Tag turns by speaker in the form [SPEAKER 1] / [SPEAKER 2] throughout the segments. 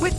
[SPEAKER 1] With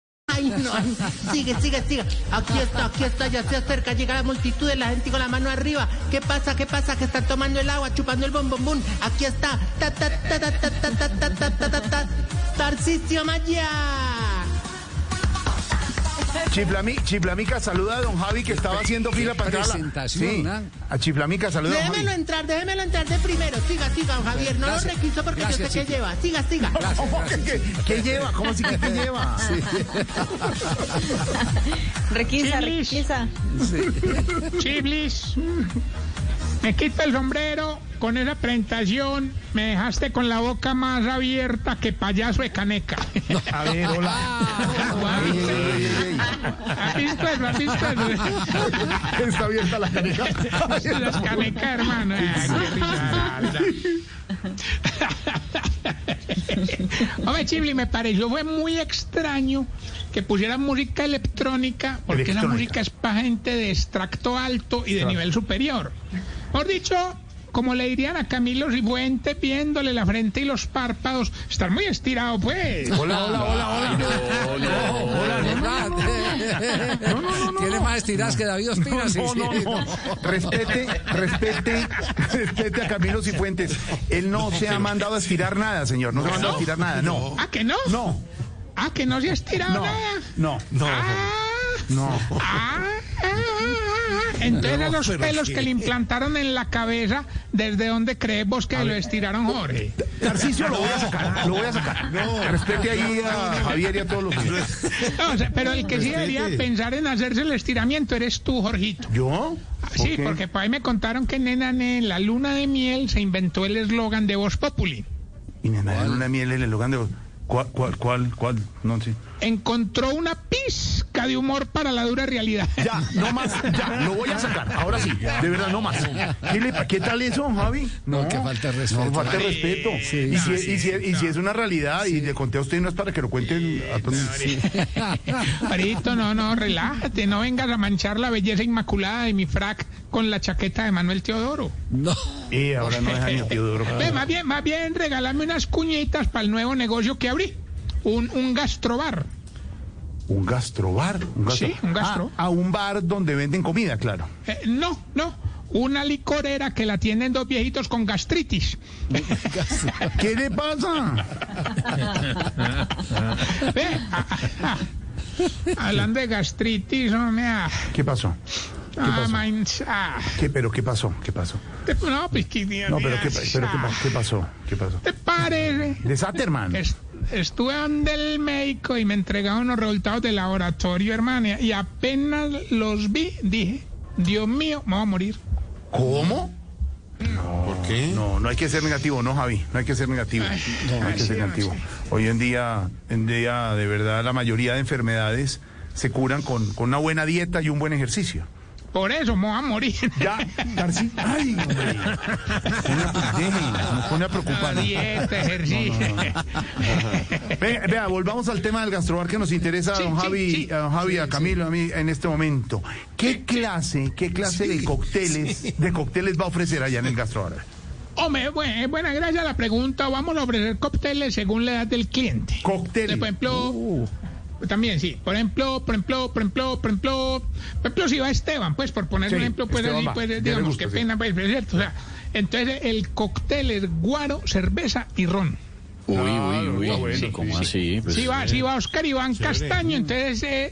[SPEAKER 2] Ay, no, ay, sigue, sigue, sigue. Aquí está, aquí está, ya se acerca, llega la multitud de la gente con la mano arriba. ¿Qué pasa, qué pasa? Que están tomando el agua, chupando el bombombón. Aquí está. Ta, ta, ta, ta, ta, ta, ta, ta, ta, ta, ta, ta. Tarcisio Maya.
[SPEAKER 3] Chiplami- Chiplamica saluda a don Javi que estaba haciendo fila para entrar. a la-
[SPEAKER 4] presentación,
[SPEAKER 3] Sí,
[SPEAKER 4] ¿no?
[SPEAKER 3] a Chiplamica saluda a don
[SPEAKER 2] Déjemelo
[SPEAKER 3] Javi.
[SPEAKER 2] entrar, déjemelo entrar de primero. Siga, siga, don Javier. No lo
[SPEAKER 4] Gracias.
[SPEAKER 2] requiso porque yo sé
[SPEAKER 4] Gracias,
[SPEAKER 2] que
[SPEAKER 4] chico.
[SPEAKER 2] lleva. Siga, siga.
[SPEAKER 3] ¿Cómo que- que- ¿Qué lleva? ¿Cómo así que qué lleva?
[SPEAKER 5] Requisa,
[SPEAKER 6] Chiblis.
[SPEAKER 5] requisa.
[SPEAKER 6] Chiblis, me quito el sombrero con esa presentación. Me dejaste con la boca más abierta que payaso de caneca. Ah,
[SPEAKER 3] A ver, hola. Ey, ey, ey, ey,
[SPEAKER 6] ¿Has visto eso? ¿Has visto eso?
[SPEAKER 3] ey. Está abierta la caneca.
[SPEAKER 6] Las canecas, hermano. Ay, qué risaralda. Hombre, Chibli, me pareció fue muy extraño que pusieran música electrónica, porque esa
[SPEAKER 3] Electrónica.
[SPEAKER 6] música es para gente de extracto alto y de nivel superior. Por dicho, como le dirían a Camilo Ribuente, viéndole la frente y los párpados, están muy estirado, pues.
[SPEAKER 3] Hola, hola, hola, hola.
[SPEAKER 4] Tiene más estiradas que David Ospina. sí,
[SPEAKER 3] No,
[SPEAKER 4] sí.
[SPEAKER 3] no, no. Respete, respete, respete a Camilo Cifuentes. Él no se ha mandado a estirar nada, señor. No se ha mandado a estirar nada, no.
[SPEAKER 6] ¿Ah, que no?
[SPEAKER 3] No,
[SPEAKER 6] ¿Ah, que no se ha estirado
[SPEAKER 3] no,
[SPEAKER 6] nada?
[SPEAKER 3] no,
[SPEAKER 6] Ah.
[SPEAKER 3] no.
[SPEAKER 6] Ah, ah, ah, ah. Entonces a los pelos que le implantaron en la cabeza, ¿desde dónde crees vos que lo estiraron, Jorge?
[SPEAKER 3] Tarcicio lo voy a sacar, lo voy a sacar. Respete ahí a Javier y a todos los demás.
[SPEAKER 6] No, o sea, pero el que sí debería pensar en hacerse el estiramiento eres tú, Jorgito.
[SPEAKER 3] ¿Yo?
[SPEAKER 6] Sí,
[SPEAKER 3] ¿Por qué?
[SPEAKER 6] porque por ahí me contaron que nena, nena, en la luna de miel se inventó el eslogan de Voz Populi.
[SPEAKER 3] Y me mandaron una miel en el lugar de... ¿Cuál, cuál, cuál, cuál? No, sí.
[SPEAKER 6] Encontró una pizca de humor para la dura realidad.
[SPEAKER 3] Ya, no más, ya, lo voy a sacar. Ahora sí, de verdad, no más. ¿Qué, le pa- qué tal eso, Javi?
[SPEAKER 4] No, que falta de respeto.
[SPEAKER 3] No, falta de respeto. y, si, y, si, y si es una realidad, y le conté a usted, no es para que lo cuenten a todos.
[SPEAKER 6] Marito, no, no, relájate, no vengas a manchar la belleza inmaculada de mi frac con la chaqueta de Manuel Teodoro.
[SPEAKER 4] No.
[SPEAKER 3] Y Eh, ahora no deja ni a tío Duro.
[SPEAKER 6] Ve, más bien, más bien, regálame unas cuñitas para el nuevo negocio que abrí. Un, un gastrobar.
[SPEAKER 3] Un gastrobar. Un gastro...
[SPEAKER 6] Sí, un gastro.
[SPEAKER 3] Ah, a un bar donde venden comida, claro.
[SPEAKER 6] Eh, no, no. Una licorera que la tienen dos viejitos con gastritis.
[SPEAKER 3] ¿Qué le pasa?
[SPEAKER 6] Ve, ah, ah, ah. Hablando de gastritis, no me ah,
[SPEAKER 3] ¿Qué pasó?
[SPEAKER 6] ah,
[SPEAKER 3] pasó?
[SPEAKER 6] mains, ah.
[SPEAKER 3] ¿Qué, pero qué pasó? ¿Qué pasó?
[SPEAKER 6] Te- No, pues que-
[SPEAKER 3] No, pero qué, pa- pero qué,
[SPEAKER 6] ah,
[SPEAKER 3] pa- qué pasó? ¿Qué pasó?
[SPEAKER 6] ¿Te parece?
[SPEAKER 3] Desate, hermano.
[SPEAKER 6] Es- Estuve donde el médico y me entregaron los resultados del laboratorio, hermana. Y apenas los vi, dije, Dios mío, me voy a morir.
[SPEAKER 3] ¿Cómo?
[SPEAKER 7] ¿Por qué?
[SPEAKER 3] No, no hay que ser negativo, no, Javi. No hay que ser negativo.
[SPEAKER 6] Ay,
[SPEAKER 3] no hay
[SPEAKER 6] ay,
[SPEAKER 3] que ser
[SPEAKER 6] sí,
[SPEAKER 3] negativo.
[SPEAKER 6] ay,
[SPEAKER 3] Hoy en día, en día, de verdad, la mayoría de enfermedades se curan con, con una buena dieta y un buen ejercicio.
[SPEAKER 6] Por eso me voy a morir.
[SPEAKER 3] Ya, Tarsi. Ay, hombre. Déjenos, nos pone a preocupar.
[SPEAKER 6] Dieta, ejercicio.
[SPEAKER 3] Vea, vea, volvamos al tema del gastrobar que nos interesa a
[SPEAKER 6] Sí,
[SPEAKER 3] don
[SPEAKER 6] sí,
[SPEAKER 3] Javi,
[SPEAKER 6] sí.
[SPEAKER 3] a, don Javi, a Camilo, a mí en este momento. ¿Qué clase, qué clase de cócteles, de cócteles va a ofrecer allá en el gastrobar?
[SPEAKER 6] Hombre, bueno, buena gracias a la pregunta. Vamos a ofrecer cócteles según la edad del cliente.
[SPEAKER 3] Cócteles. Uh.
[SPEAKER 6] Por ejemplo, también sí. Por ejemplo, por ejemplo, por ejemplo, por ejemplo, por ejemplo, si va Esteban, pues por poner
[SPEAKER 3] Sí,
[SPEAKER 6] un ejemplo, pues
[SPEAKER 3] Esteban
[SPEAKER 6] así,
[SPEAKER 3] va.
[SPEAKER 6] pues,
[SPEAKER 3] Ya le
[SPEAKER 6] digamos,
[SPEAKER 3] gusta,
[SPEAKER 6] qué
[SPEAKER 3] sí.
[SPEAKER 6] pena, pues, pero es cierto. O sea, entonces el cóctel es guaro, cerveza y ron.
[SPEAKER 8] Uy, uy, uy. ¿Cómo así? Pues,
[SPEAKER 6] sí, va, sí va Oscar Iván Castaño, entonces eh,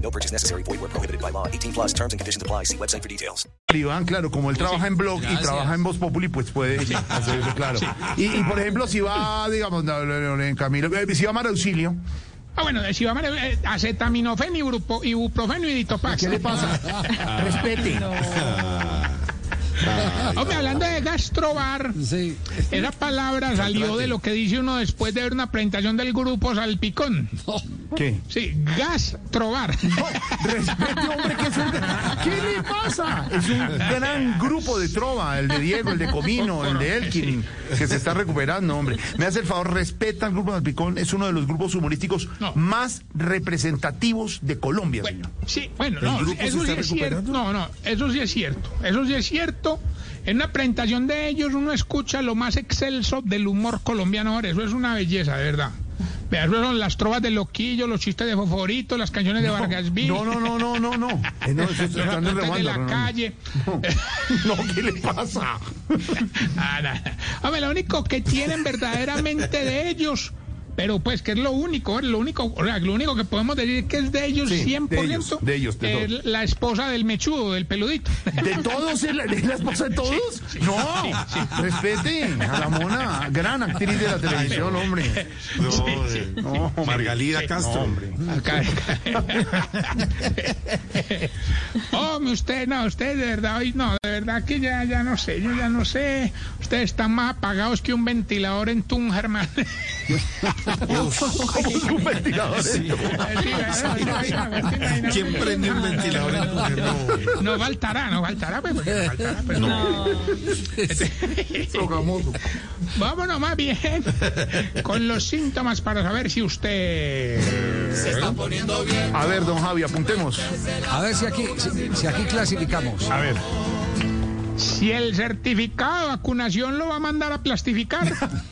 [SPEAKER 8] No purchase necessary. Void where prohibited by law. 18 plus terms and conditions apply. See website for details.
[SPEAKER 3] Iván, claro, como él trabaja en blog y
[SPEAKER 8] gracias.
[SPEAKER 3] trabaja en Voz Populi, pues puede hacer eso, claro. Y, y, por ejemplo, si va, digamos, no, no, no, en Camilo, eh, si va a Mar Auxilio,
[SPEAKER 6] Ah, bueno, si vamos a eh, acetaminofén, ibrupo- ibuprofeno y ditopax.
[SPEAKER 3] ¿qué le pasa? Respete.
[SPEAKER 6] Hombre, hablando de gastrobar, esa palabra salió de lo que dice uno después de ver una presentación del grupo Salpicón.
[SPEAKER 3] ¿Qué?
[SPEAKER 6] Sí, gastrobar.
[SPEAKER 3] Respete, hombre, que es un... ¿Qué le pasa? Es un gran grupo de trova, el de Diego, el de Comino, el de Elkin, que se está recuperando, hombre. Me hace el favor, respeta al grupo de Alpicón, es uno de los grupos humorísticos
[SPEAKER 6] No.
[SPEAKER 3] más representativos de Colombia,
[SPEAKER 6] Bueno,
[SPEAKER 3] señor.
[SPEAKER 6] sí, bueno,
[SPEAKER 3] ¿El
[SPEAKER 6] no,
[SPEAKER 3] grupo se
[SPEAKER 6] eso sí
[SPEAKER 3] está
[SPEAKER 6] es
[SPEAKER 3] recuperando?
[SPEAKER 6] cierto. No, no, eso sí es cierto. Eso sí es cierto. En una presentación de ellos uno escucha lo más excelso del humor colombiano. Ahora, eso es una belleza, de verdad. Vea, eso son las trovas de Loquillo, los chistes de Foforito, las canciones de Vargas Vila.
[SPEAKER 3] No, no, no, no, no, no. Eh, no, eso está
[SPEAKER 6] los
[SPEAKER 3] en
[SPEAKER 6] apuntes de
[SPEAKER 3] Ruanda,
[SPEAKER 6] la
[SPEAKER 3] no, no, no.
[SPEAKER 6] calle.
[SPEAKER 3] No, ¿qué le pasa?
[SPEAKER 6] Ah, nah. Hombre, lo único que tienen verdaderamente de ellos, pero pues que es lo único, lo único, o sea, lo único que podemos decir que es de ellos
[SPEAKER 3] Sí, de
[SPEAKER 6] 100%,
[SPEAKER 3] ellos, de ellos, de
[SPEAKER 6] es
[SPEAKER 3] todos.
[SPEAKER 6] la esposa del mechudo, del peludito.
[SPEAKER 3] ¿De todos? ¿Es la, es la esposa de todos? no, respete a la mona, gran actriz de la televisión, hombre.
[SPEAKER 7] No, eh, Margalida Castro.
[SPEAKER 6] Acá- Hombre, usted, no, usted de verdad, hoy no, de verdad que ya, ya no sé, yo ya no sé. Ustedes están más apagados que un ventilador en Tunja, hermano.
[SPEAKER 3] Un ventilador.
[SPEAKER 6] Sí, ¿verdad?
[SPEAKER 7] ¿Quién prende un ventilador en tu reloj?
[SPEAKER 6] No faltará, no faltará, pues, porque no faltará, pero- Vámonos más bien con los síntomas para saber si usted...
[SPEAKER 3] A ver, don Javi, apuntemos.
[SPEAKER 4] A ver si aquí, si, si aquí clasificamos.
[SPEAKER 3] A ver.
[SPEAKER 6] Si el certificado de vacunación lo va a mandar a plastificar.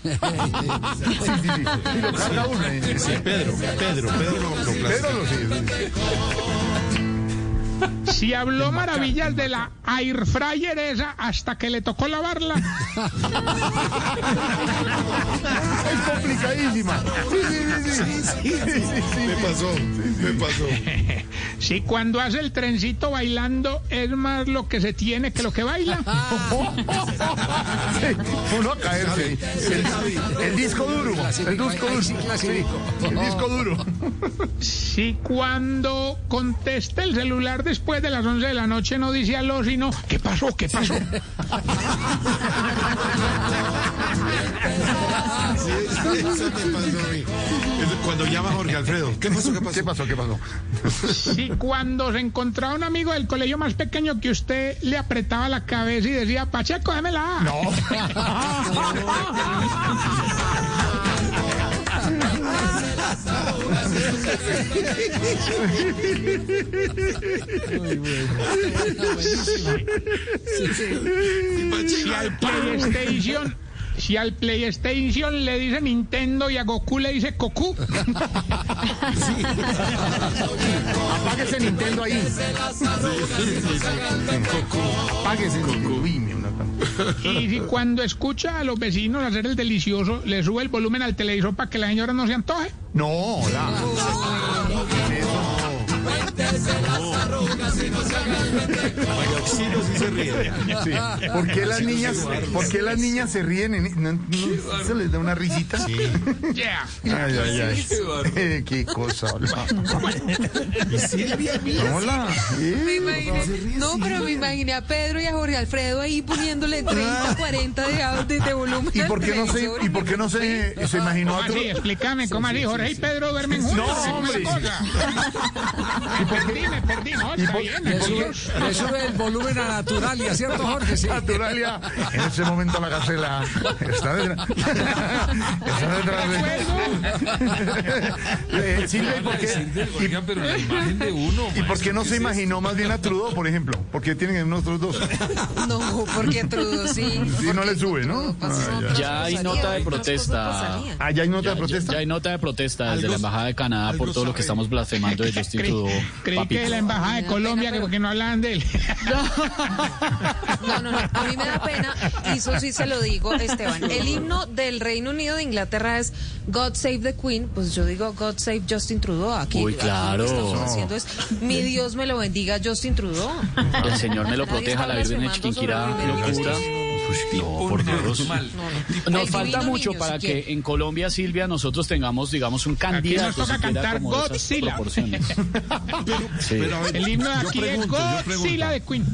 [SPEAKER 3] Sí, sí, sí. Y lo carga uno. eh.
[SPEAKER 7] Pedro, Pedro, Pedro lo, lo
[SPEAKER 3] Pero
[SPEAKER 7] plastica.
[SPEAKER 3] lo sí.
[SPEAKER 6] Si habló maravillas de la air fryer esa hasta que le tocó lavarla.
[SPEAKER 3] Es complicadísima. Sí, sí, sí, sí. Sí, sí, sí.
[SPEAKER 7] Me pasó, me pasó.
[SPEAKER 6] Si cuando hace el trencito bailando es más lo que se tiene que lo que baila.
[SPEAKER 3] Sí, Uno a caerse. El, el disco duro. El disco
[SPEAKER 4] Ahí sí
[SPEAKER 3] duro. Sí,
[SPEAKER 4] clasifico.
[SPEAKER 3] el disco duro.
[SPEAKER 6] Si cuando contesta el celular después de las 11 de la noche no dice aló, sino ¿qué pasó? ¿Qué pasó?
[SPEAKER 7] Sí, sí, eso me pasó a mí. Eso, Cuando llama Jorge Alfredo, ¿qué pasó? ¿Qué pasó?
[SPEAKER 3] ¿Qué pasó? ¿Qué pasó?
[SPEAKER 6] Si cuando se encontraba un amigo del colegio más pequeño que usted le apretaba la cabeza y decía, Pacheco, démela. No. Si al PlayStation, si al PlayStation le dice Nintendo y a Goku le dice Goku.
[SPEAKER 3] Apáguese Nintendo ahí. Apáguese Nintendo. Uy, mi una tan-
[SPEAKER 6] Y si cuando escucha a los vecinos hacer el delicioso, le sube el volumen al televisor para que la señora no se antoje.
[SPEAKER 3] No, hola.
[SPEAKER 7] María Auxilio sí se ríe.
[SPEAKER 3] Sí. ¿Por qué las niñas, por qué las niñas se ríen? en- no- no- ¿Se les da una risita?
[SPEAKER 6] Yeah.
[SPEAKER 3] Ay, ay, ay. Eh, qué cosa, hola. Hola. Eh,
[SPEAKER 9] No, pero me imaginé a Pedro y a Jorge Alfredo ahí poniéndole 30, 40 de, de, de volumen.
[SPEAKER 3] ¿Y por qué no se, y por qué no se, se imaginó
[SPEAKER 6] ¿Cómo
[SPEAKER 3] a tu...
[SPEAKER 6] así? Explícame, ¿cómo así? Jorge y Pedro duermen juntos.
[SPEAKER 3] No,
[SPEAKER 6] ¿Cómo es
[SPEAKER 3] hombre.
[SPEAKER 6] la cosa? Me perdí, me perdí. No,
[SPEAKER 3] ¿Y
[SPEAKER 6] está
[SPEAKER 3] por-
[SPEAKER 6] bien,
[SPEAKER 3] y
[SPEAKER 4] Le
[SPEAKER 6] por
[SPEAKER 4] sube,
[SPEAKER 6] Dios.
[SPEAKER 4] le sube el volumen a Naturalia, ¿cierto, Jorge? Sí.
[SPEAKER 3] Naturalia, en ese momento la gacela está detrás. está detrás de. Eh, Silvia, ¿y por qué?
[SPEAKER 7] Oiga, pero la imagen de uno.
[SPEAKER 3] ¿Y por qué no se imaginó más bien a Trudeau, por ejemplo? ¿Por qué tienen en nosotros dos?
[SPEAKER 9] No, porque Trudeau sí.
[SPEAKER 3] Si no le sube, ¿no?
[SPEAKER 10] Ya hay nota de protesta.
[SPEAKER 3] Ah, ya hay nota de protesta.
[SPEAKER 10] Ya hay nota de protesta desde
[SPEAKER 6] Algo-
[SPEAKER 10] la Embajada de Canadá por
[SPEAKER 6] algo
[SPEAKER 10] todo lo que
[SPEAKER 6] sabe.
[SPEAKER 10] estamos blasfemando de Justin
[SPEAKER 6] Creí,
[SPEAKER 10] Trudeau.
[SPEAKER 6] creí
[SPEAKER 10] papito.
[SPEAKER 6] que de la embajada de Colombia, que porque no hablan de él.
[SPEAKER 9] No, no, no. A mí me da pena, y eso sí se lo digo, Esteban. El himno del Reino Unido de Inglaterra es God Save the Queen. Pues yo digo God Save Justin Trudeau. Aquí,
[SPEAKER 10] Uy, claro.
[SPEAKER 9] aquí lo que estamos haciendo es mi Dios me lo bendiga Justin Trudeau.
[SPEAKER 10] El Señor me lo
[SPEAKER 9] Nadie
[SPEAKER 10] proteja,
[SPEAKER 9] está
[SPEAKER 10] la Virgen de
[SPEAKER 9] blasfemando
[SPEAKER 10] Chiquinquirá.
[SPEAKER 9] sobre el
[SPEAKER 10] ¿no?
[SPEAKER 9] Dios.
[SPEAKER 10] Esta- No, por Dios. Nos falta mucho para que en Colombia, Silvia, nosotros tengamos, digamos, un
[SPEAKER 6] Aquí nos
[SPEAKER 10] candidato
[SPEAKER 6] toca
[SPEAKER 10] siquiera
[SPEAKER 6] cantar
[SPEAKER 10] como de esas
[SPEAKER 6] Godzilla.
[SPEAKER 10] proporciones. Sí.
[SPEAKER 7] Pero, a ver,
[SPEAKER 6] El himno de
[SPEAKER 7] yo
[SPEAKER 6] aquí es
[SPEAKER 7] pregunto, yo
[SPEAKER 6] Godzilla de Queen.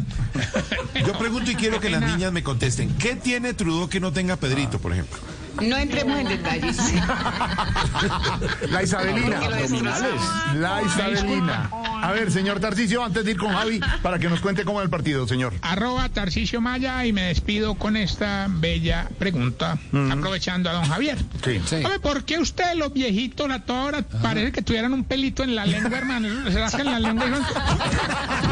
[SPEAKER 7] Yo pregunto y quiero que las niñas me contesten. ¿Qué tiene Trudeau que no tenga Pedrito, por ejemplo?
[SPEAKER 11] No entremos en detalles.
[SPEAKER 3] La Isabelina.
[SPEAKER 10] Abdominales.
[SPEAKER 3] La Isabelina. A ver, señor Tarcicio, antes de ir con Javi, para que nos cuente cómo va el partido, señor.
[SPEAKER 6] Arroba Tarcicio Maya y me despido con esta bella pregunta, aprovechando a don Javier.
[SPEAKER 3] Sí.
[SPEAKER 6] Hombre, ¿por qué ustedes los viejitos a toda hora parece que tuvieran un pelito en la lengua, hermano? Se rascan la lengua y son...